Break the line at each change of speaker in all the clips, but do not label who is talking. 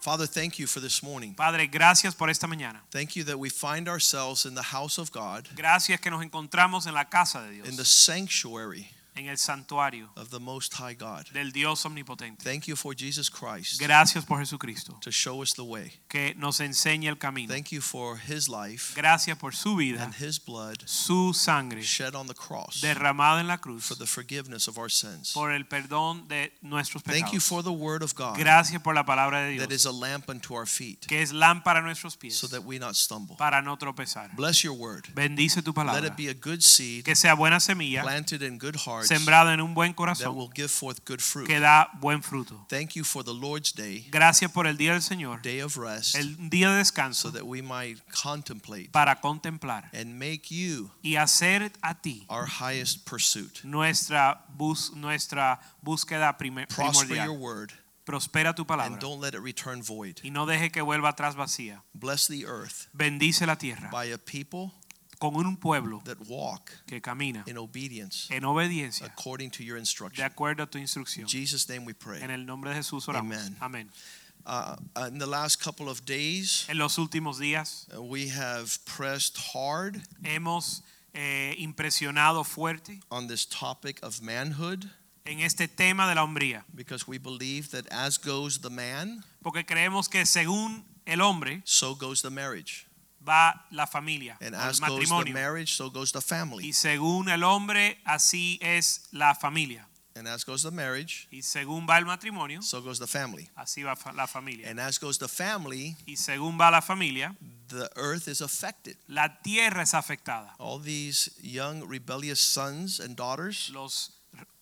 Father, thank you for this morning.
Padre, gracias por esta mañana.
Thank you that we find ourselves in the house of God,
Gracias que nos encontramos en la casa de
in the
Dios,
sanctuary
en el santuario
of the Most High God.
del Dios omnipotente.
Thank you for Jesus Christ
Gracias por Jesucristo,
to show us the way.
que nos enseña el camino.
Thank you for his life
Gracias por su vida,
and his blood
su sangre
shed on the cross
derramada en la
for
cruz
the forgiveness of our sins.
por el perdón de nuestros
Thank you for
pecados.
the word of God
Gracias por la palabra de
that
Dios,
is a lamp unto our feet
que es lámpara a nuestros pies
so that we not stumble.
para no tropezar.
Bless your word.
Bendice tu
Let it
palabra,
be a good seed
que sea buena semilla,
planted in good hearts that
sembrada en un buen corazón,
will give forth good fruit.
que da buen fruto.
Thank you for the Lord's day,
Gracias por el día del Señor.
day of rest.
el día de
so
descanso
that we might contemplate
para contemplar
and make you
y hacer a ti
our highest pursuit.
nuestra, bus- nuestra búsqueda prime-
Prosper your
primordial.
word
Prospera tu
and
palabra
don't let it return void.
y no deje que vuelva atrás vacía.
Bless the earth
Bendice la tierra
by a people
con un pueblo
that walk
que camina
in obedience
en obediencia
according to your
de
instruction.
acuerdo a tu
In
instrucción.
Jesus' name we
En
pray.
el nombre de Jesús oramos.
Amen.
Amén.
Uh, in the last couple of days,
En los últimos días
uh, we have pressed hard
hemos eh, impresionado fuerte
on this topic of manhood
en este tema de la hombría,
because we believe that as goes the man,
porque creemos que según el hombre
so goes the marriage.
va la familia,
And
o
as
el
goes the
matrimonio.
marriage, so goes the family.
Y según el hombre, así es la familia.
And as goes the marriage,
Y según va el matrimonio,
so goes the family.
así va fa- la familia.
And as goes the family,
Y según va la familia,
the earth is affected.
la tierra es afectada.
All these young rebellious sons and daughters
Los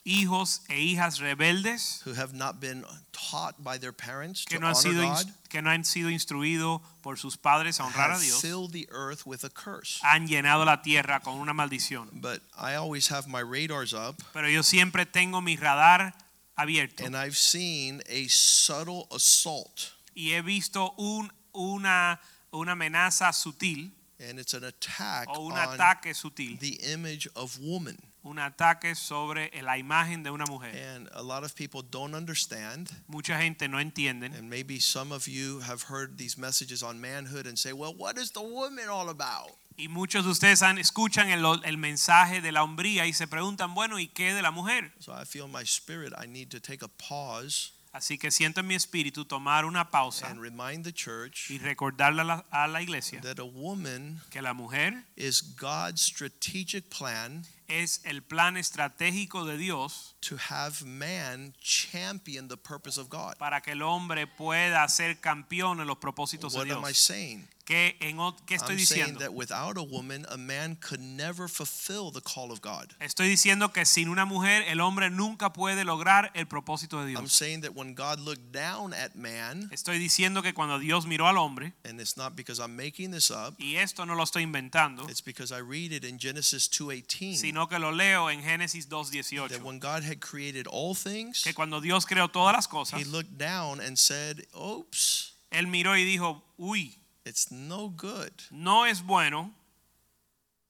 hijos e hijas rebeldes
who have not been taught by their parents to
que no han
honor
sido,
God
ins- que no han sido instruidos por sus padres a honrar a
have
Dios
filled the earth with a curse.
han llenado la tierra con una maldición.
But I always have my radars up,
Pero yo siempre tengo mi radar abierto
and I've seen a subtle assault,
y he visto un, una, una amenaza sutil
and it's an attack
o un
on
ataque sutil
the image of woman.
un ataque sobre la imagen de una mujer.
And a lot of people don't understand
Mucha gente no entiende
And maybe some of you have heard these messages on manhood and say, well, what is the woman all about?
y muchos de ustedes han- escuchan el, el mensaje de la hombría y se preguntan, bueno, ¿y qué de la mujer?
So I feel in my spirit I need to take a pause
Así que siento en mi espíritu tomar una pausa
and remind the church
y recordarle a la, a la iglesia
that a woman
que la mujer
is God's strategic plan
es el plan estratégico de Dios
to have man champion the purpose of God.
para que el hombre pueda ser campeón en los propósitos de
What am I
Dios.
saying?
¿Qué, en ot- qué estoy
I'm saying
diciendo?
that without a woman, a man could never fulfill the call of God.
Estoy diciendo que sin una mujer el hombre nunca puede lograr el propósito de
I'm
Dios.
saying that when God looked down at man,
Estoy diciendo que cuando Dios miró al hombre,
and it's not because I'm making this up,
y esto no lo estoy inventando,
It's because I read it in Genesis 2:18
sino que lo leo en Génesis
that
2.18,
when God had created all things,
que cuando Dios creó todas las cosas,
he looked down and said, "Oops,
Él miró y dijo, uy,
it's no good."
no es bueno.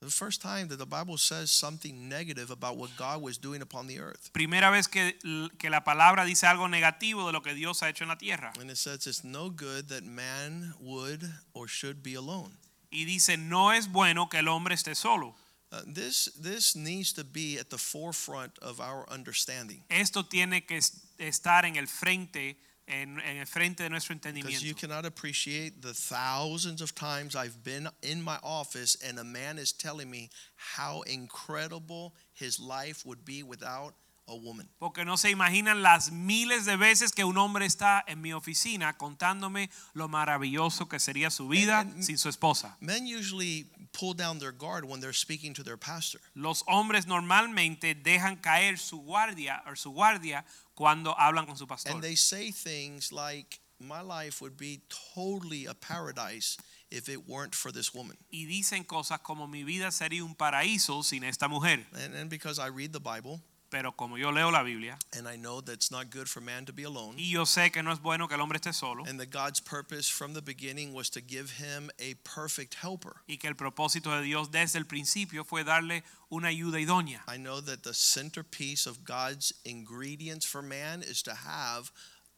The first time that the Bible says something negative about what God was doing upon the earth.
Primera vez que, que la palabra dice algo negativo de lo que Dios ha hecho en la tierra.
And it says it's no good that man would or should be alone.
Y dice, no es bueno que el hombre esté solo.
Uh, this this needs to be at the forefront of our understanding
Esto tiene que es- estar en el frente, en, en el frente de nuestro
because you
entendimiento.
cannot appreciate the thousands of times I've been in my office and a man is telling me how incredible his life would be without a woman.
Porque no se imaginan las miles de veces que un hombre está en mi oficina contándome lo maravilloso que sería su vida
And- and-
sin su esposa.
Men usually pull down their guard when they're speaking to their pastor.
Los hombres normalmente dejan caer su guardia o su guardia cuando hablan con su pastor.
And they say things like,
my life would be totally a paradise if it weren't for this woman.
y dicen cosas como mi vida sería un paraíso sin esta mujer.
And, and because I read the Bible
Pero como yo leo la Biblia
and I know that's not good for man to be alone,
y yo sé que no es bueno que el hombre esté solo
and that God's purpose from the beginning was to give him a perfect helper.
y que el propósito de Dios desde el principio fue darle una ayuda idónea.
I know that the centerpiece of God's ingredients for man is to have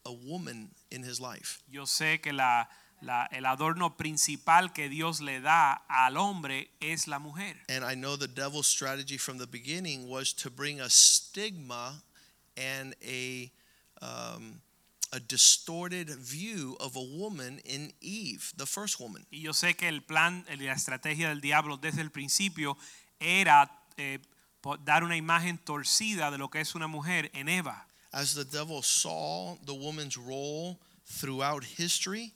a woman in his life.
Yo sé que la- la- el adorno principal que Dios le da al hombre es la mujer.
And I know the devil's strategy from the beginning was to bring a stigma and a um, a distorted view of a woman in Eve, the first woman.
Y yo sé que el plan, la estrategia del diablo desde el principio era eh, po- dar una imagen torcida de lo que es una mujer en Eva.
As the devil saw the woman's role throughout history,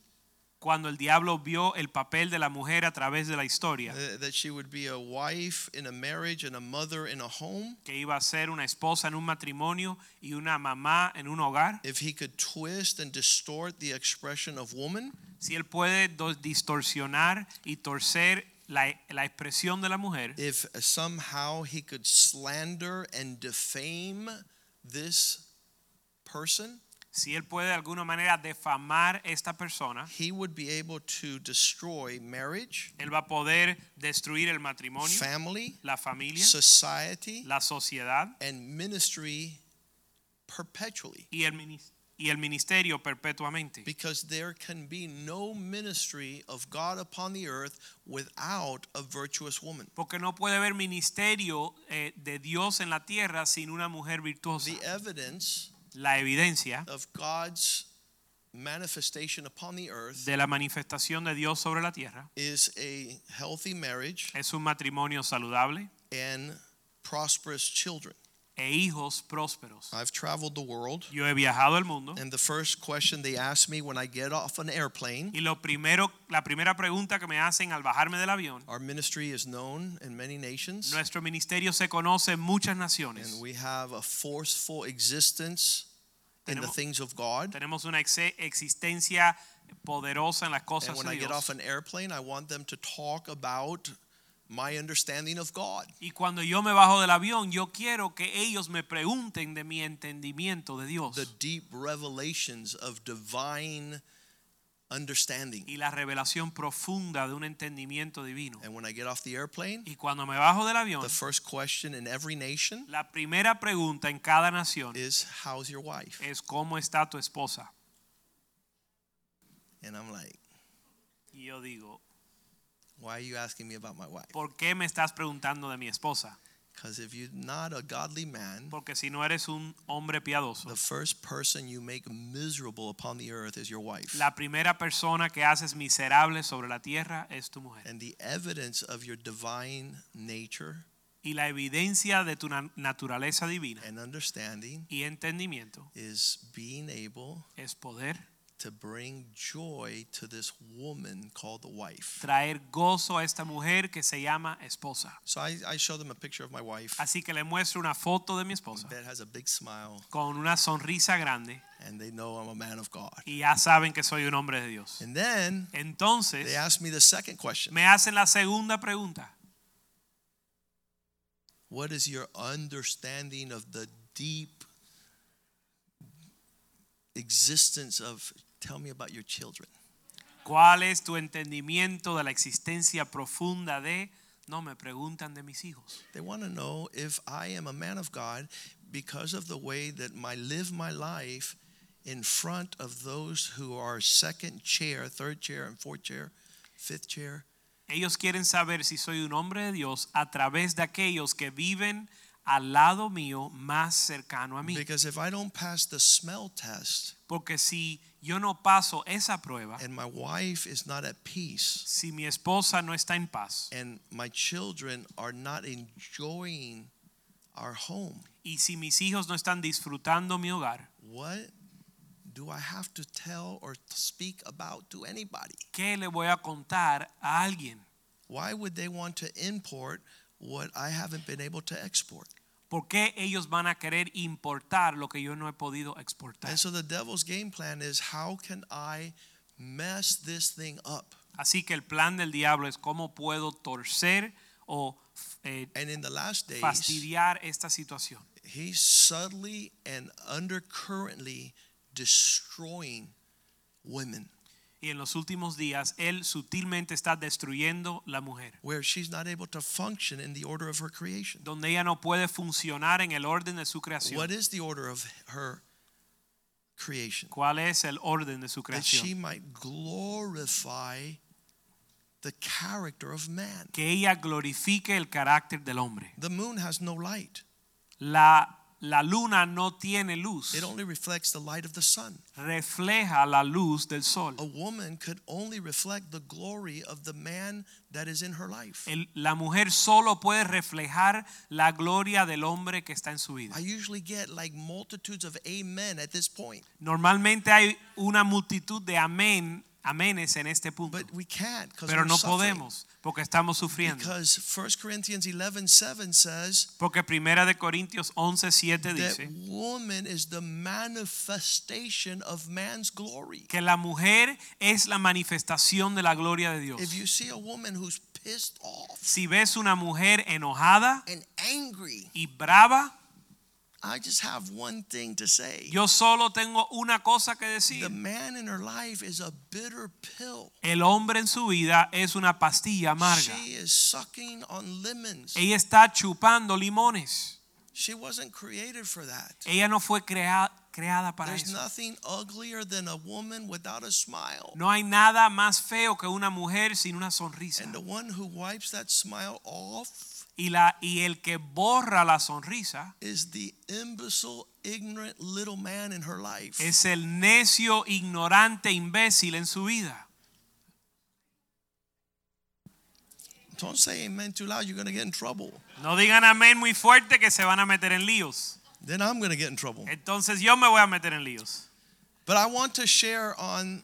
Cuando el diablo vio el papel de la mujer a través de la historia,
uh, that she would be a wife in a marriage and a mother in a home,
que iba a ser una esposa en un matrimonio y una mamá en un hogar,
if he could twist and distort the expression of woman,
si él puede do- distorsionar y torcer la, la expresión de la mujer,
if somehow he could slander and defame this person,
si él puede de alguna manera defamar esta persona,
he would be able to destroy marriage,
él va a poder destruir el matrimonio,
family,
la familia,
society,
la sociedad
and ministry perpetually.
y el, minis- y el ministerio perpetuamente.
Because there can be no ministry of God upon the earth without a virtuous woman.
Porque no puede haber ministerio eh, de Dios en la tierra sin una mujer virtuosa.
The evidence
La evidencia
of God's manifestation upon the earth
de la manifestación de Dios sobre la tierra
is a healthy marriage
es un matrimonio saludable
and prosperous children.
e hijos prósperos.
I've traveled the world,
Yo he viajado al mundo
and the first question they ask me when I get off an airplane,
y lo primero, la primera pregunta que me hacen al bajarme del avión,
our ministry is known in many nations,
nuestro ministerio se conoce en muchas naciones.
and we have a forceful existence in the
Tenemos-
things of God.
Tenemos una exe- existencia poderosa en las
And
cosas
when
de
I get off
Dios.
an airplane, I want them to talk about my understanding of God.
Y cuando yo me bajo del avión, yo quiero que ellos me pregunten de mi entendimiento de
the
Dios
deep revelations of divine understanding.
y la revelación profunda de un entendimiento divino.
And when I get off the airplane,
Y cuando me bajo del avión,
the first question in every nation
la primera pregunta en cada nación
is, How's your wife?
es cómo está tu esposa.
And I'm like,
Y yo digo,
Why are you asking me about my wife?
¿por qué me estás preguntando de mi esposa?
Because if you're not a godly man,
Porque si no eres un hombre piadoso,
the first person you make miserable upon the earth is your wife.
la primera persona que haces miserable sobre la tierra es tu mujer.
And the evidence of your divine nature
Y la evidencia de tu na- naturaleza divina
and understanding
y entendimiento
is being able
es poder
to bring joy to this woman called the wife.
traer gozo a esta mujer que se llama esposa.
So I, I show them a picture of my wife
Así que le muestro una foto de mi esposa
that has a big smile,
con una sonrisa grande
and they know I'm a man of God.
y ya saben que soy un hombre de Dios.
And then they
Entonces
ask me the second question
me hacen la segunda pregunta.
What is your understanding of the deep existence of? Tell me about your children.
¿Cuál es tu entendimiento de la existencia profunda de... No, me preguntan de mis hijos.
They want to know if I am a man of God because of the way that I live my life in front of those who are second chair, third chair, and fourth chair, fifth chair.
Ellos quieren saber si soy un hombre de Dios a través de aquellos que viven al lado mío más cercano a mí.
Because if I don't pass the smell test,
Porque si yo no paso esa prueba,
and my wife is not at peace
si mi esposa no está en paz
and my children are not enjoying our home
y si mis hijos no están disfrutando mi hogar,
what do i have to tell or speak about to anybody
¿qué le voy a contar a alguien?
why would they want to import what i haven't been able to export
¿Por qué ellos van a querer importar lo que yo no he podido exportar?
And so the devil's game plan is how can I mess this thing up?
Así que el plan del diablo es cómo puedo torcer o eh,
And in the last days,
fastidiar esta situación.
he's subtly and undercurrently destroying women
Y en los últimos días, él sutilmente está destruyendo la mujer,
where she's not able to function in the order of her creation.
donde ella no puede funcionar en el orden de su creación.
What is the order of her creation?
¿Cuál es el orden de su
That she
creación?
might glorify the character of man.
Que ella glorifique el carácter del hombre.
The moon has no light.
La, la luna no tiene luz,
It only reflects the light of the sun.
refleja la luz del sol.
A woman could only reflect the glory of the man that is in her life.
El- la mujer solo puede reflejar la gloria del hombre que está en su vida.
I usually get like multitudes of amen at this point,
Normalmente hay una multitud de amén, amenes en este punto,
but we can't because
pero
we're
no
suffering.
podemos porque estamos sufriendo.
Because 1 Corinthians 11 7 says
Porque primera de Corintios 11:7
that
dice
woman is the manifestation of man's glory.
que la mujer es la manifestación de la gloria de Dios.
If you see a woman who's pissed off
Si ves una mujer enojada
and angry,
y brava,
I just have one thing to say.
yo solo tengo una cosa que
The
decir.
man in her life is a bitter pill.
El hombre en su vida es una pastilla amarga.
She is sucking on lemons.
Ella está chupando limones.
She wasn't created for that.
Ella no fue crea- creada para
There's
eso.
nothing uglier than a woman without a smile.
No hay nada más feo que una mujer sin una sonrisa.
And the one who wipes that smile off
Y, la, y el que borra la sonrisa
is the imbecile, ignorant little man in her life.
es el necio, ignorante, imbécil en su vida.
Don't say amen too loud, you're going to get in trouble.
No digan amén muy fuerte que se van a meter en líos.
Then I'm going to get in trouble.
Entonces yo me voy a meter en líos.
But I want to share on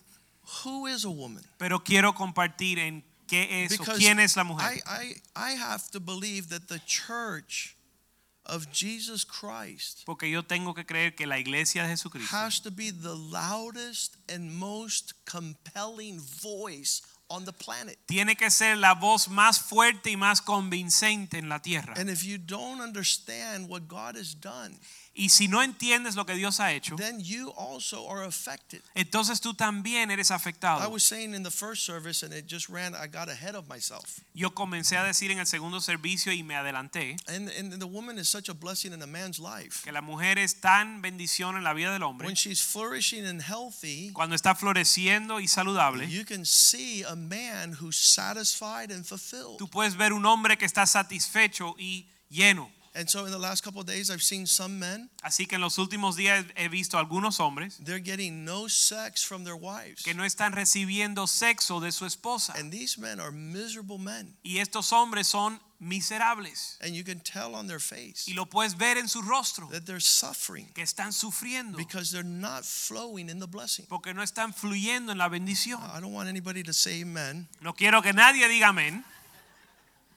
who is a woman.
Pero quiero compartir en qué es o
Because
quién es la
I,
mujer.
I, I have to believe that the church of Jesus Christ
Porque yo tengo que creer que la iglesia de Jesucristo
has to be the loudest and most compelling voice on the planet.
tiene que ser la voz más fuerte y más convincente en la tierra.
And if you don't understand what God has done,
Y si no entiendes lo que Dios ha hecho,
then you also are affected.
entonces tú también eres
I
afectado.
was saying in the first service, and it just ran, I got ahead of myself.
Yo comencé a decir en el segundo servicio y me adelanté
And, and the woman is such a blessing in a man's life.
que la mujer es tan bendición en la vida del hombre.
When she's flourishing and healthy,
Cuando está floreciendo y saludable,
You can see a man who's satisfied and fulfilled.
tú puedes ver un hombre que está satisfecho y lleno.
And so in the last couple of days I've seen some men
Así que en los últimos días he visto algunos hombres
they're getting no sex from their wives.
que no están recibiendo sexo de su esposa.
And these men are miserable men.
Y estos hombres son miserables.
And you can tell on their face
Y lo puedes ver en su rostro,
that they're suffering
que están sufriendo
because they're not flowing in the blessing.
porque no están fluyendo en la bendición.
I don't want anybody to say amen.
No quiero que nadie diga amén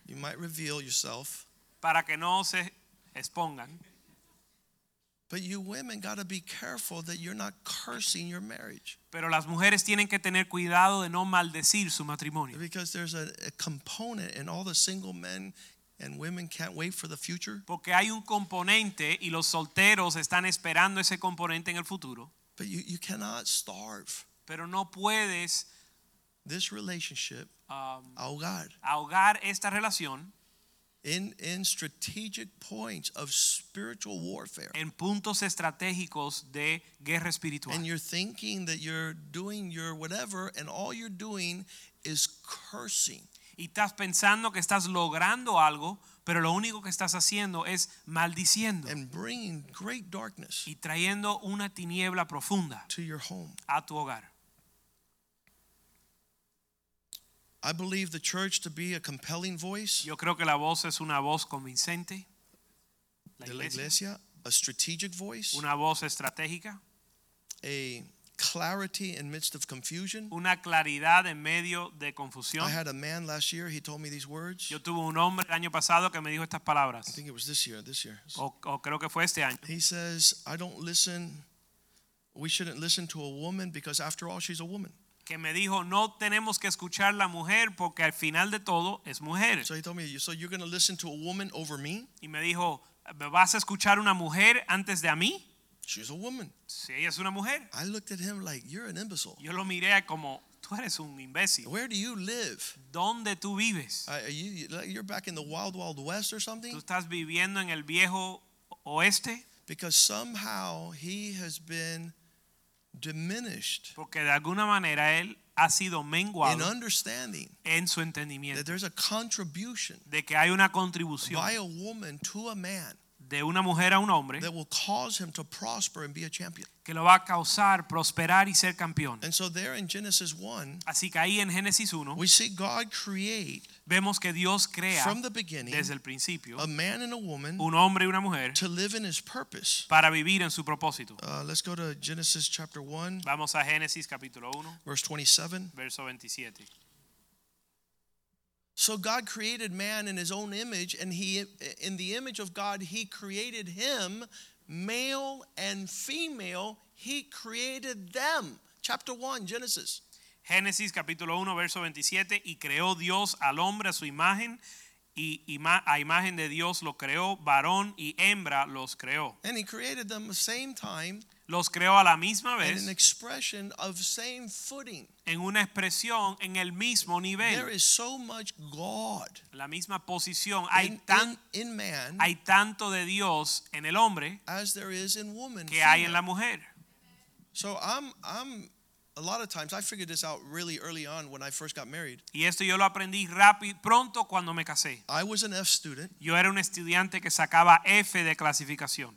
You might reveal yourself.
para que no se expongan.
But you women got to be careful that you're not cursing your marriage
Pero las mujeres tienen que tener cuidado de no maldecir su matrimonio.
because there's a, a component in all the single men and women can't wait for the future.
Porque hay un componente y los solteros están esperando ese componente en el futuro.
But you, you cannot starve
Pero no puedes
this relationship,
um,
ahogar,
ahogar esta relación
in, in strategic points of spiritual warfare.
en puntos estratégicos de guerra espiritual.
And you're thinking that you're doing your whatever, and all you're doing is cursing.
y estás pensando que estás logrando algo, pero lo único que estás haciendo es maldiciendo
and bringing great darkness
y trayendo una tiniebla profunda
to your home.
a tu hogar.
I believe the church to be a compelling voice,
Yo creo que la voz es una voz convincente, la
de la
iglesia,
iglesia, a strategic voice,
una voz estratégica,
a, clarity in midst of confusion.
una claridad en medio de
I
confusión.
had a man last year, he told me these words.
Yo tuve un hombre el año pasado que me dijo estas
I
palabras,
think it was this year, this year.
o, o creo que fue este año.
He says, I don't listen, we shouldn't listen to a woman because after all, she's a woman.
que me dijo no tenemos que escuchar la mujer porque al final de todo es mujer
So he told me, So you're going to listen to a woman over me?
y me dijo ¿me vas a escuchar una mujer antes de a mí
She's a woman.
si ella es una mujer
I looked at him like, You're an imbecile.
yo lo miré como tú eres un imbécil
Where do you live?
dónde tú vives
Uh, are you, you- like, you're back in the wild, wild west or
tú
something?
estás viviendo en el viejo oeste
Because somehow he has been diminished
porque de alguna manera él ha sido
in
menguado
understanding
en su
that
entendimiento
there's a contribution
de que hay una contribución
by a woman to a man
de una mujer a un hombre
that will cause him to prosper and be a champion.
que lo va a causar prosperar y ser campeón
And so there in Genesis 1,
así que ahí en Génesis 1
we see God create
vemos que Dios crea
from the beginning
desde el principio
a man and a woman
un hombre y una mujer
to live in his purpose.
para vivir en su propósito.
Uh, let's go to Genesis chapter 1,
Vamos a Génesis capítulo 1,
verse 27.
verso 27.
So God created man in his own image, and he in the image of God he created him, male and female, he created them. Chapter 1, Genesis.
Génesis capítulo 1, verso 27, y creó Dios al hombre a su imagen, y ima- a imagen de Dios lo creó, varón y hembra los creó.
And he created them the same time
Los creó a la misma
in an
vez,
expression of same footing.
en una expresión, en el mismo
There
nivel,
is so much God
la misma posición. Hay,
in,
tan,
in, in man
hay tanto de Dios en el hombre
as there is in woman.
que hay en
female.
la mujer.
So I'm I'm a lot of times I figured this out really early on when I first got married.
Y esto yo lo aprendí rápido, pronto cuando me casé.
I was an F student
Yo era un estudiante que sacaba F de clasificación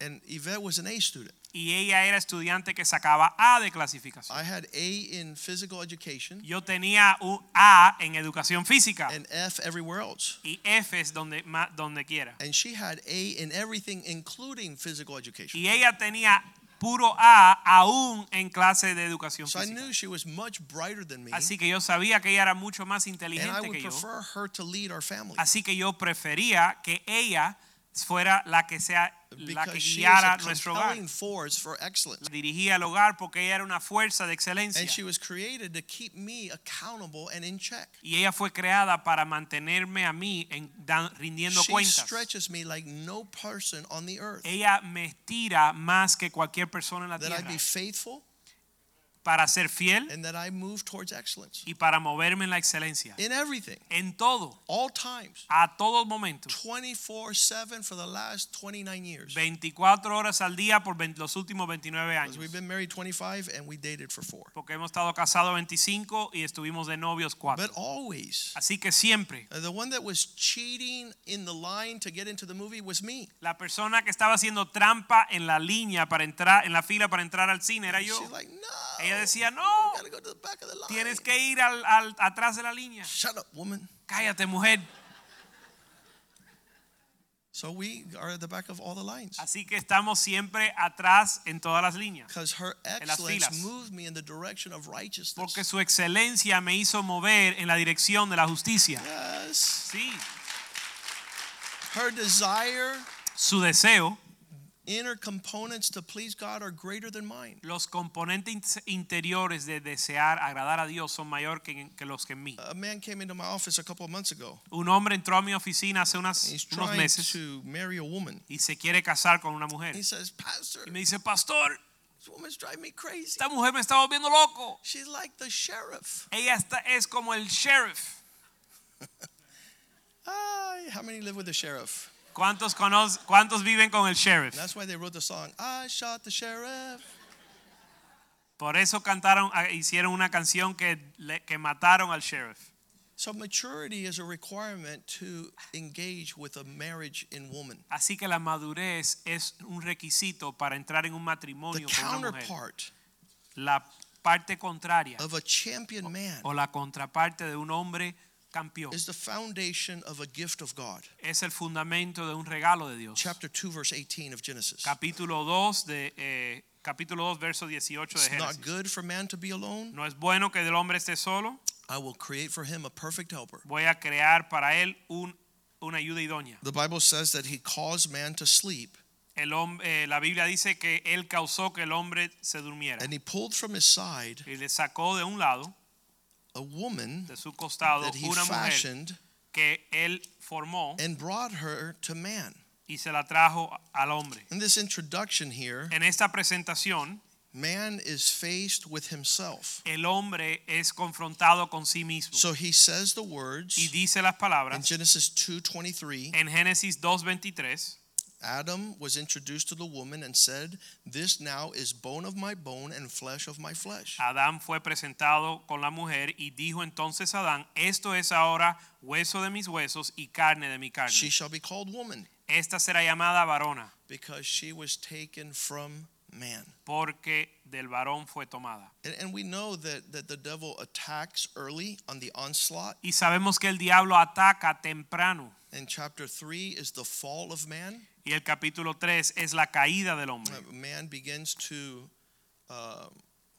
and Yvette was an A student.
y ella era estudiante que sacaba A de clasificación.
I had A in physical education
Yo tenía un A en educación física
and F everywhere else.
y F es donde, ma- donde quiera.
And she had A in everything including physical education.
Y ella tenía puro A aún en clase de educación
So I
física.
knew she was much brighter than me
Así que yo sabía que ella era mucho más
and I
inteligente
would
que yo.
prefer her to lead our family
Así que yo prefería que ella fuera la que sea la que
because she is
guiara
a
nuestro hogar.
compelling force for excellence.
La dirigía el hogar porque ella era una fuerza de excelencia.
And she was created to keep me accountable and in check.
Y ella fue creada para mantenerme a mí en, dan- rindiendo
She
cuentas.
stretches me like no person on the earth.
Ella me estira más que cualquier persona en la
that I
tierra
be faithful
para ser fiel
and that I move towards excellence
y para moverme en la excelencia.
in everything,
En todo,
all times,
a todos momentos,
24 7 for the last 29 years.
24 horas al día por vein- los últimos 29
Because
años.
we've been married 25 and we dated for four.
Porque hemos estado casados 25 y estuvimos de novios 4.
But always,
Así que siempre,
uh, the one that was cheating in the line to get into the movie was me.
la persona que estaba haciendo trampa en la línea para entrar, en la fila para entrar al cine era yo.
She's like, no.
Ella decía,
You
no,
gotta go to the back of the line.
tienes que ir al- al- atrás de la línea.
Shut up, woman.
Cállate, mujer.
So we are at the back of all the lines.
Así que estamos siempre atrás en todas las líneas.
Because her
las filas.
excellence moved me in the direction of righteousness.
Porque su excelencia me hizo mover en la dirección de la justicia.
Yes.
Sí,
Her desire
su deseo,
inner components to please God are greater than mine.
los componentes in- interiores de desear agradar a Dios son mayor que, en- que los que en mí.
A man came into my office a couple of months ago.
Un hombre entró a mi oficina hace unas,
He's
unos
trying
meses
to marry a woman.
y se quiere casar con una mujer.
He says, Pastor,
Y me dice, pastor,
this woman's driving me crazy.
esta mujer me está volviendo loco.
She's like the sheriff.
Ella está, es como el sheriff.
Ay, how many live with the sheriff?
¿Cuántos, conoc- ¿Cuántos viven con el sheriff?
That's why they wrote the song, I shot the sheriff.
Por eso cantaron, ah, hicieron una canción que, le- que mataron al sheriff.
So maturity is a requirement to engage with a marriage in woman.
Así que la madurez es un requisito para entrar en un
The
matrimonio con una mujer.
counterpart
La parte contraria
of a champion man
Oh, o la contraparte de un hombre campeón.
is the foundation of a gift of God.
Es el fundamento de un regalo de Dios.
Chapter 2, verse 18 of Genesis.
Capítulo 2 de eh, capítulo 2 verso 18 de
It's not
Génesis.
good for man to be alone.
No es bueno que el hombre esté solo.
I will create for him a perfect helper.
Voy a crear para él un, una ayuda idónea.
The Bible says that he caused man to sleep
El hom- eh, la Biblia dice que él causó que el hombre se durmiera
and he pulled from his side
y le sacó de un lado,
a woman
de su costado,
that he
una mujer
fashioned
que él formó
and brought her to man.
y se la trajo al hombre.
In this introduction here,
En esta presentación,
man is faced with himself.
el hombre es confrontado con sí mismo
So he says the
y
words
dice las
in
palabras
Genesis 2:23,
en Génesis 2.23,
Adam was introduced to the woman and said, "This now is bone of my bone and flesh of my flesh."
Adán fue presentado con la mujer y dijo entonces a Adán, esto es ahora hueso de mis huesos y carne de mi carne.
She shall be called woman
Esta será llamada varona
because she was taken from man.
porque del varón fue tomada.
And, and we know that, that the devil attacks early on the onslaught.
Y sabemos que el diablo ataca temprano.
And chapter 3 is the fall of man.
Y el capítulo 3 es la caída del hombre.
Uh, man begins to, um,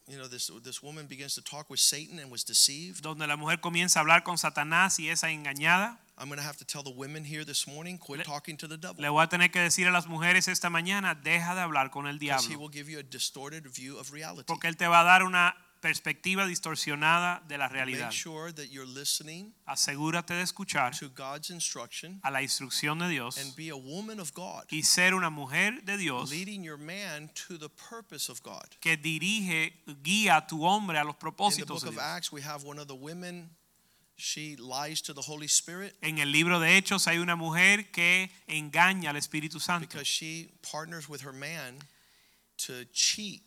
you know, this, this woman begins to talk with Satan and was deceived.
donde la mujer comienza a hablar con Satanás y es engañada.
I'm going to have to tell the women here this morning quit
Le-
talking to the devil.
Le voy a tener que decir a las mujeres esta mañana, deja de hablar con el
Because he
diablo,
will give you a distorted view of reality.
porque él te va a dar una perspectiva distorsionada de la
Make
realidad.
sure that you're listening
Asegúrate de escuchar
to God's instruction
a la instrucción de Dios
and be a woman of God,
y ser una mujer de Dios
leading your man to the purpose of God.
que dirige, guía a tu hombre a los
In the
propósitos
book
de
of
Dios.
Acts, we have one of the women. She lies to the Holy Spirit
En el libro de Hechos hay una mujer que engaña al Espíritu Santo
because she partners with her man to cheat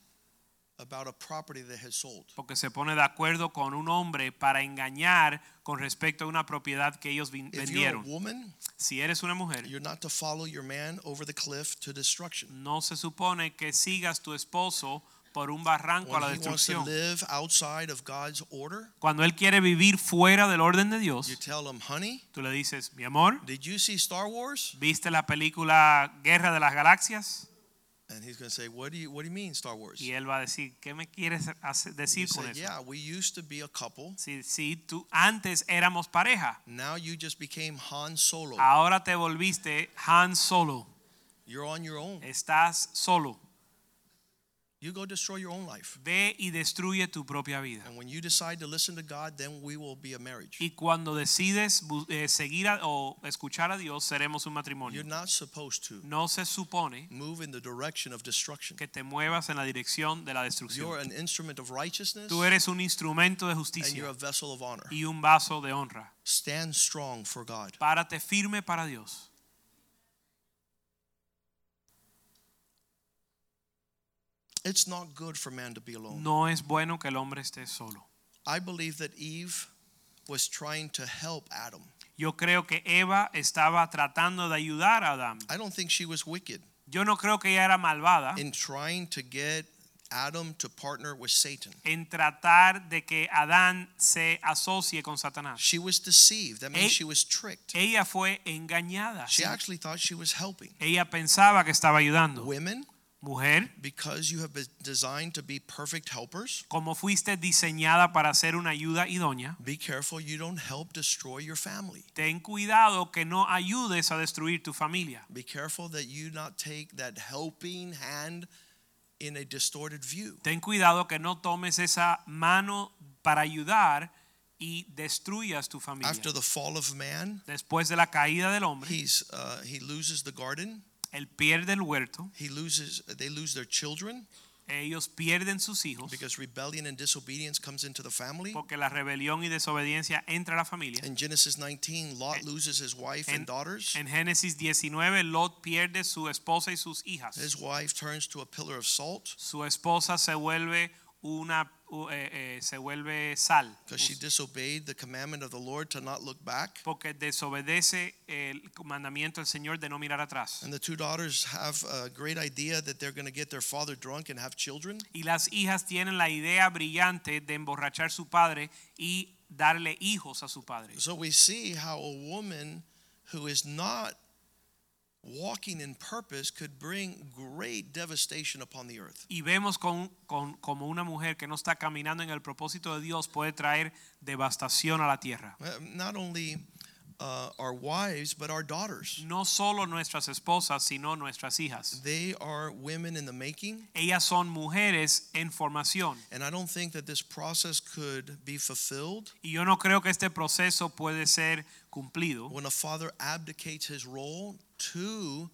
about a property that has sold.
porque se pone de acuerdo con un hombre para engañar con respecto a una propiedad que ellos vin-
If you're a
vendieron.
woman,
Si eres una mujer,
you're not to follow your man over the cliff to destruction.
no se supone que sigas tu esposo por un barranco a
When
la
he wants to
destrucción.
live outside of God's order,
Cuando él quiere vivir fuera del orden de
you
Dios,
tell him, honey,
tú le dices, mi amor,
did you see Star Wars?
¿viste la película Guerra de las Galaxias?
And he's going to say, what do you what do you mean Star Wars?
Y él va a decir, ¿qué me quieres hacer-
You
decir
say,
con eso?
yeah, we used to be a couple.
Si, si tú antes éramos pareja,
Now you just became Han Solo.
ahora te volviste Han Solo,
You're on your own.
estás solo.
You go destroy your own life.
Ve y destruye tu propia vida.
And when you decide to listen to God, then we will be a marriage.
Y cuando decides bu- eh, seguir a- o escuchar a Dios, seremos un matrimonio.
You're not supposed to
No se supone
move in the direction of destruction.
que te muevas en la dirección de la
You're
destrucción.
an instrument of righteousness
Tú eres un instrumento de
and you're a
justicia
vessel of honor.
y un vaso de honra.
Stand strong for God.
Párate firme para Dios.
It's not good for man to be alone.
No es bueno que el hombre esté solo.
I believe that Eve was trying to help Adam.
Yo creo que Eva estaba tratando de ayudar a Adán.
I don't think she was wicked
Yo no creo que ella era malvada
in trying to get Adam to partner with Satan.
en tratar de que Adán se asocie con Satanás.
She was deceived. That
Ey-
means she was tricked.
Ella fue engañada.
She actually thought she was helping.
Ella pensaba que estaba ayudando.
Women,
Mujer,
because you have been designed to be perfect helpers,
como fuiste diseñada para ser una ayuda idónea,
be careful you don't help destroy your family.
ten cuidado que no ayudes a destruir tu familia.
Be careful that you not take that helping hand in a distorted view.
Ten cuidado que no tomes esa mano para ayudar y destruyas tu familia.
After the fall of man,
Después de la caída del hombre,
he's uh, he loses the garden.
él pierde el huerto,
He loses. They lose their children
ellos pierden sus hijos,
because rebellion and disobedience comes into the family.
porque la rebelión y desobediencia entra a la familia.
In Genesis 19, Lot loses his wife and
En-
daughters.
En Génesis 19, Lot pierde su esposa y sus hijas.
His wife turns to a pillar of salt
Su esposa se vuelve una u- eh, eh, se vuelve sal
because she disobeyed the commandment of the Lord to not look back.
porque desobedece el mandamiento del Señor de no mirar atrás.
And the two daughters have a great idea that they're going to get their father drunk and have children.
Y las hijas tienen la idea brillante de emborrachar su padre y darle hijos a su padre.
So we see how a woman who is not walking in purpose could bring great devastation upon the earth.
Y vemos con, con- como una mujer que no está caminando en el propósito de Dios puede traer devastación a la tierra.
Uh, Not only uh, our wives, but our daughters.
No solo nuestras esposas, sino nuestras hijas.
They are women in the making,
Ellas son mujeres en formación.
and I don't think that this process could be fulfilled
Y yo no creo que este proceso puede ser cumplido
when a father abdicates his role to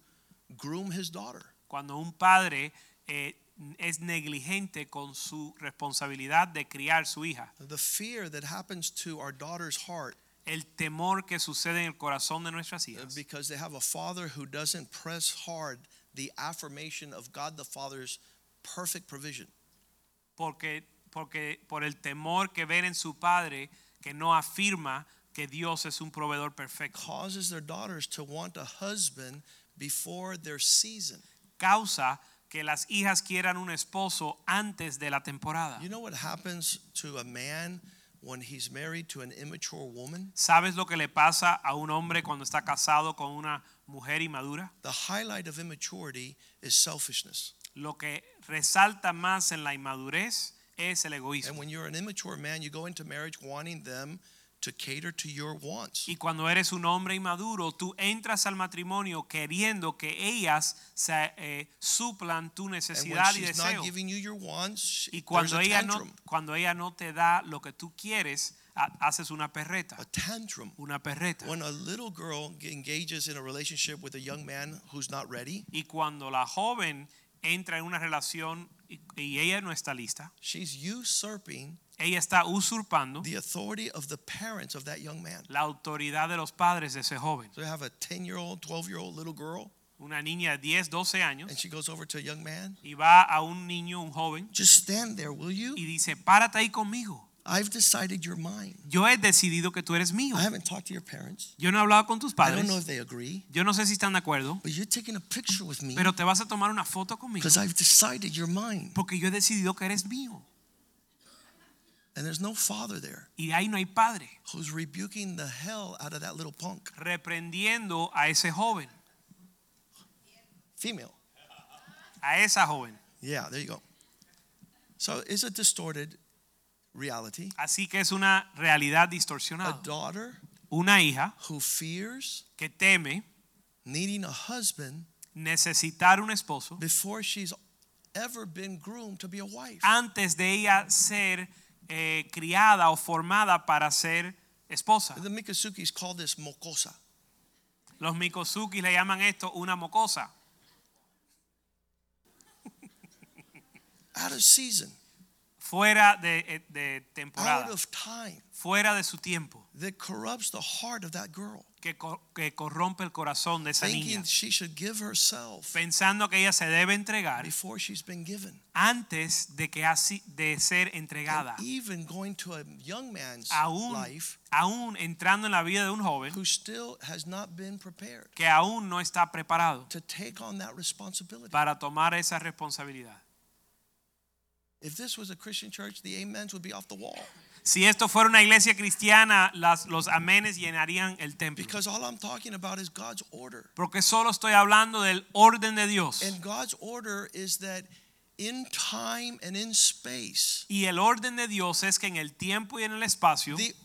groom his daughter.
cuando un padre eh, es negligente con su responsabilidad de criar su hija.
The fear that happens to our daughter's heart
El temor que sucede en el corazón de nuestras
uh,
hijas.
because they have a father who doesn't press hard the affirmation of God the Father's perfect provision.
porque, porque por el temor que ven en su padre que no afirma que Dios es un proveedor perfecto.
causes their daughters to want a husband before their season.
Causa que las hijas quieran un esposo antes de la temporada.
You know what happens to a man when he's married to an immature woman?
¿Sabes lo que le pasa a un hombre cuando está casado con una mujer inmadura?
The highlight of immaturity is selfishness.
Lo que resalta más en la inmadurez es el
And
egoísmo.
when you're an immature man, you go into marriage wanting them to cater to your wants.
Y cuando eres un hombre inmaduro, tú entras al matrimonio queriendo que ellas se, eh, suplan tu
And when
necesidad y
she's
deseo.
not giving you your wants, she-
Y
there's
cuando
a
ella, no,
tantrum.
cuando ella no te da lo que tú quieres, ha- haces una perreta.
A tantrum.
Una perreta.
When a little girl engages in a relationship with a young man who's not ready,
Y cuando la joven entra en una relación y, y ella no está lista,
she's usurping
ella está usurpando
the authority of the parents of that young man.
la autoridad de los padres de ese joven.
So you have a 10 year old, 12 year old little girl,
Una niña de 10, 12 años
and she goes over to a young man.
y va a un niño, un joven,
Just stand there, will you?
y dice, párate ahí conmigo.
I've decided you're mine.
Yo he decidido que tú eres mío.
I haven't talked to your parents.
Yo no he hablado con tus
I don't know
padres.
if they agree,
Yo no sé si están de acuerdo,
but you're taking a picture with me
pero te vas a tomar una foto conmigo
because I've decided you're mine.
porque yo he decidido que eres mío.
And there's no father there
Y ahí no hay padre.
who's rebuking the hell out of that little punk,
reprendiendo a ese joven,
female.
a esa joven.
Yeah, there you go. So it's a distorted reality.
Así que es una realidad
A
distorsionada.
daughter
Una hija
who fears
que teme
needing a husband
necesitar un esposo
before she's ever been groomed to be a wife.
antes de ella ser eh, criada o formada para ser esposa.
The Mikasukis call this mocosa.
Los Mikosuki le llaman esto una mocosa,
Out of season,
fuera de, eh, de temporada,
out of time,
fuera de su tiempo,
that corrupts the heart of that girl,
que, cor- que corrompe el corazón de esa
thinking
niña,
she should give herself
pensando que ella se debe entregar
before she's been given.
antes de, que así, de ser
And
entregada.
even going to a young man's
aún,
life
aún entrando en la vida de un joven
who still has not been prepared
que aún no está preparado
to take on that responsibility.
para tomar esa responsabilidad.
If this was a Christian church, the amens would be off the wall.
Si esto fuera una iglesia cristiana, las- los amenes llenarían el templo.
Because all I'm talking about is God's order.
Porque solo estoy hablando del orden de Dios.
And God's order is that in time and in space,
Y el orden de Dios es que en el tiempo y en el espacio,
the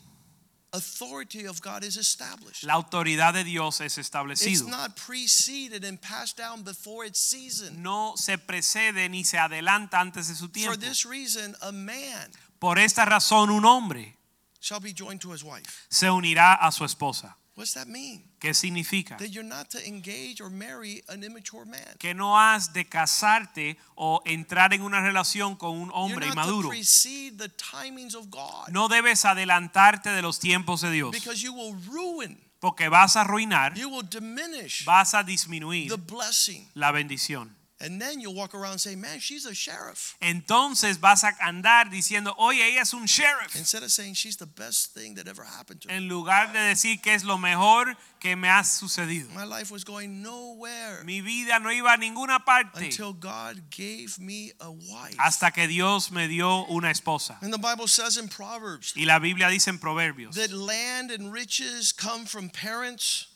authority of God is established.
la autoridad de Dios es
It's
establecida.
not preceded and passed down before its season.
No se precede ni se adelanta antes de su
For
tiempo.
this reason, a man
Por esta razón, un hombre
shall be joined to his wife.
se unirá a su esposa.
What's that mean?
¿Qué significa?
That you're not to engage or marry an immature man.
que no has de casarte o entrar en una relación con un
You're
hombre
not to
inmaduro.
precede the timings of God
No debes adelantarte de los tiempos de Dios,
because you will ruin,
porque vas a arruinar,
you will diminish
vas a disminuir
the blessing
la bendición.
And then you'll walk around and say, man, she's a sheriff.
Entonces vas a andar diciendo, oye, ella es un sheriff.
Instead of saying she's the best thing that ever happened to me.
En lugar de decir que es lo mejor que me ha sucedido.
My life was going nowhere
Mi vida no iba a ninguna parte
until God gave me a wife.
hasta que Dios me dio una esposa.
And the Bible says in Proverbs
Y la Biblia dice en Proverbios
that land and riches come from parents,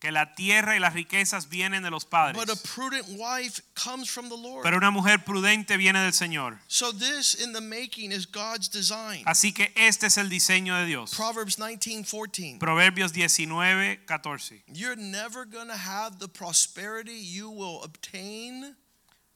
que la tierra y las riquezas vienen de los padres.
but a prudent wife comes from the Lord.
Pero una mujer prudente viene del Señor.
So this in the making is God's design.
Así que este es el diseño de Dios.
Proverbs 19:14.
Proverbios 19, 14.
You're never going to have the prosperity you will obtain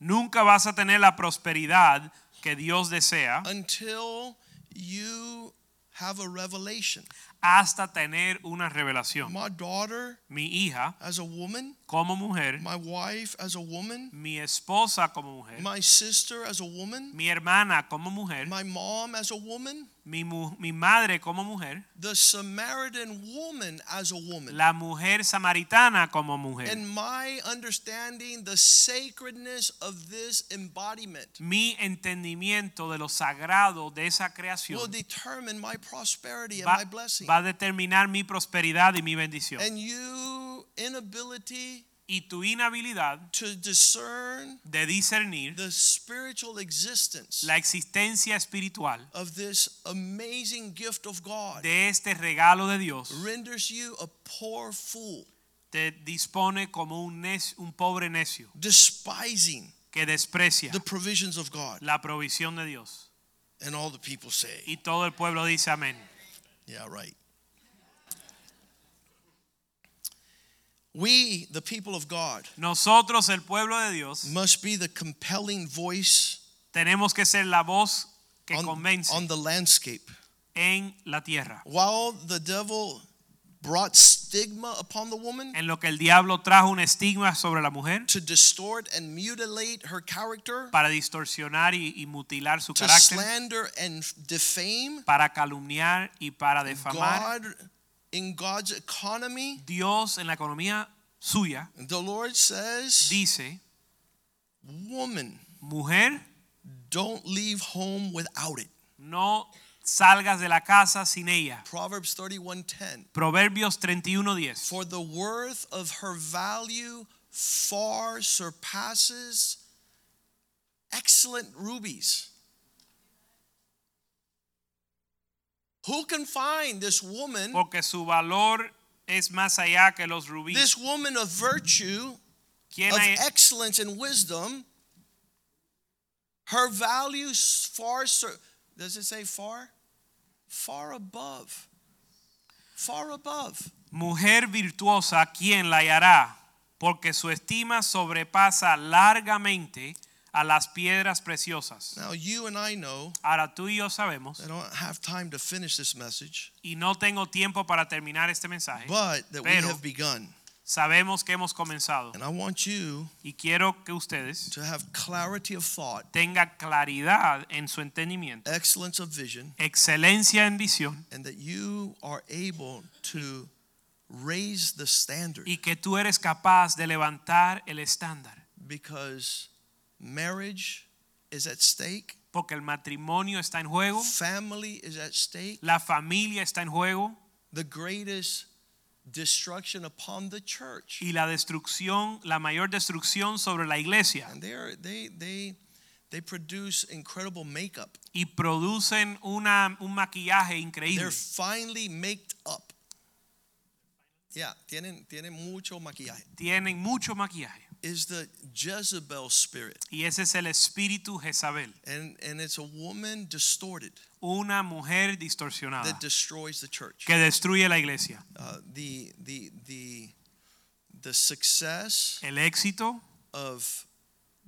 Nunca vas a tener la prosperidad que Dios desea
until you have a revelation.
hasta tener una revelación.
My daughter
Mi hija
as a woman,
como mujer,
my wife as a woman,
mi esposa como mujer,
my sister as a woman,
mi hermana como mujer,
my mom as a woman,
mi, mu- mi madre como mujer,
the Samaritan woman as a woman.
la mujer samaritana como mujer.
And my understanding the sacredness of this embodiment
Mi entendimiento de lo sagrado de esa
will
creación
determine my prosperity and
va,
my blessing.
va a determinar mi prosperidad y mi bendición.
And you inability
Y tu inhabilidad
to discern
de discernir
the spiritual existence
la existencia espiritual
of this amazing gift of God
de este regalo de Dios
renders you a poor fool,
te dispone como un, nec- un pobre necio
despising
que desprecia
the provisions of God.
la provisión de Dios.
And all the people say,
Y todo el pueblo dice amén.
Yeah, right. We, the people of God,
Nosotros, el pueblo de Dios,
must be the compelling voice
tenemos que ser la voz que
on,
convence
on the landscape.
en la tierra.
While the devil brought stigma upon the woman,
En lo que el diablo trajo un estigma sobre la mujer
to distort and mutilate her character,
para distorsionar y, y mutilar su
to
carácter,
slander and defame.
para calumniar y para defamar.
God, in God's economy,
Dios en la economía suya
the Lord says,
dice,
Woman,
mujer,
don't leave home without it.
no salgas de la casa sin ella.
Proverbs 31:10.
Proverbios 31:10.
For the worth of her value far surpasses excellent rubies. Who can find this woman?
Porque su valor es más allá que los rubíes.
this woman of virtue,
¿Quién
of
hay-
excellence and wisdom, her values far sur- does it say far? Far above. Far above.
Mujer virtuosa, ¿quién la hallará? Porque su estima sobrepasa largamente a las piedras preciosas.
Now you and I know
Ahora tú y yo sabemos,
I don't have time to finish this message,
y no tengo tiempo para terminar este mensaje,
but that we
Pero-
have begun.
sabemos que hemos comenzado
And I want you
y quiero que ustedes
to have clarity of thought,
tengan claridad en su entendimiento,
excellence of vision,
excelencia en visión
and that you are able to raise the standard
y que tú eres capaz de levantar el estándar,
because marriage is at stake.
porque el matrimonio está en juego,
family is at stake.
la familia está en juego
The greatest destruction upon the church.
y la destrucción, la mayor destrucción sobre la iglesia
And they are, they they they produce incredible makeup.
y producen una, un maquillaje
They're
increíble.
finally made up. Yeah, tienen tienen mucho maquillaje.
Tienen mucho maquillaje
Is the Jezebel spirit.
y ese es el espíritu Jezabel.
And and it's a woman distorted
una mujer distorsionada
that destroys the church.
que destruye la iglesia.
Uh, the the the the success
El éxito
of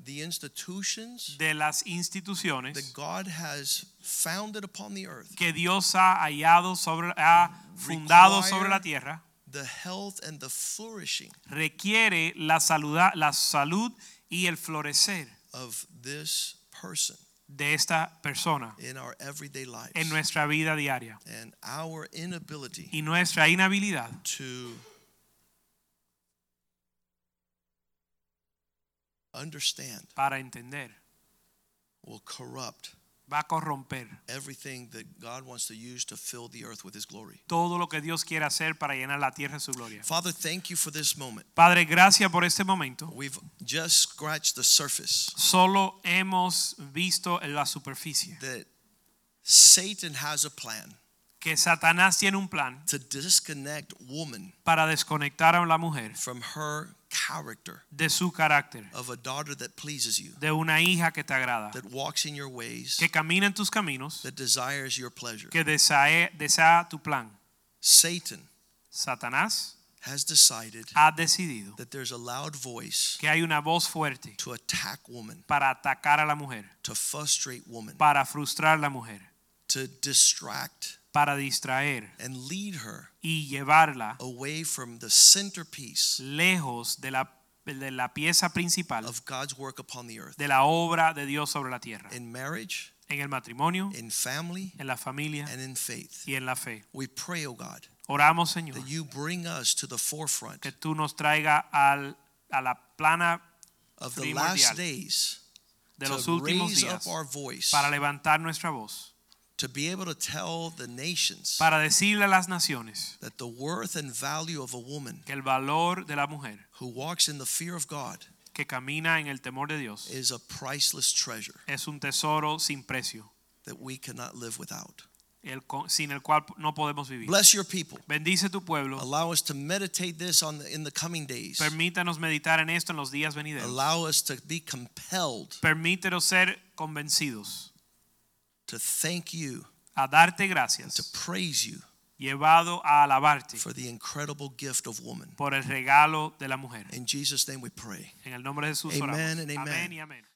the institutions
de las
that
instituciones
God has founded upon the earth
que Dios ha hallado sobre ha fundado
Require-
sobre la tierra
the health and the flourishing
requiere la salud la salud y el florecer
of this person
de esta persona
in our everyday lives
en nuestra vida diaria
and our inability
y nuestra inhabilidad
to understand,
para entender.
will corrupt
Va a corromper
everything that God wants to use to fill the earth with His glory.
todo lo que Dios quiere hacer para llenar la tierra de su gloria.
Father, thank you for this moment.
Padre, gracias por este momento.
We've just scratched the surface
Solo hemos visto en la superficie
that Satan has a plan
que Satanás tiene un plan
to disconnect woman
para desconectar a la mujer
from her character
de su carácter,
of a daughter that pleases you,
de una hija que te agrada,
that walks in your ways,
que camina en tus caminos,
that desires your pleasure.
que desee- desea tu plan.
Satan
Satanás
has decided
ha decidido
that there's a loud voice
que hay una voz fuerte
to attack woman,
para atacar a la mujer,
to frustrate woman,
para frustrar a la mujer,
to distract
para distraer
and lead her
y llevarla
away from the centerpiece
lejos de la, de la pieza principal
of God's work upon the earth.
de la obra de Dios sobre la tierra,
In marriage,
en el matrimonio,
in family,
en la familia
and in faith.
y en la fe.
We pray, O God,
Oramos, Señor,
that you bring us to the forefront
que tú nos traiga al, a la plana
of the
primordial
last days
de los
to
últimos
raise
días
up our voice
para levantar nuestra voz,
to be able to tell the nations
para decirle a las naciones
that the worth and value of a woman
que el valor de la mujer
who walks in the fear of God
que camina en el temor de Dios
is a priceless treasure
es un tesoro sin precio,
that we cannot live without.
el co- sin el cual no podemos vivir.
Bless your people.
Bendice tu pueblo,
Allow us to meditate this on the, in the coming days.
permítanos meditar en esto en los días venideros.
Allow us to be compelled
Permítenos ser convencidos
to thank you,
a darte
to
gracias,
praise you
llevado a alabarte
for the incredible gift of woman.
por el regalo de la mujer.
In Jesus' name we pray.
En el nombre de Jesús
Amen
oramos.
and amen.
Amén y amén.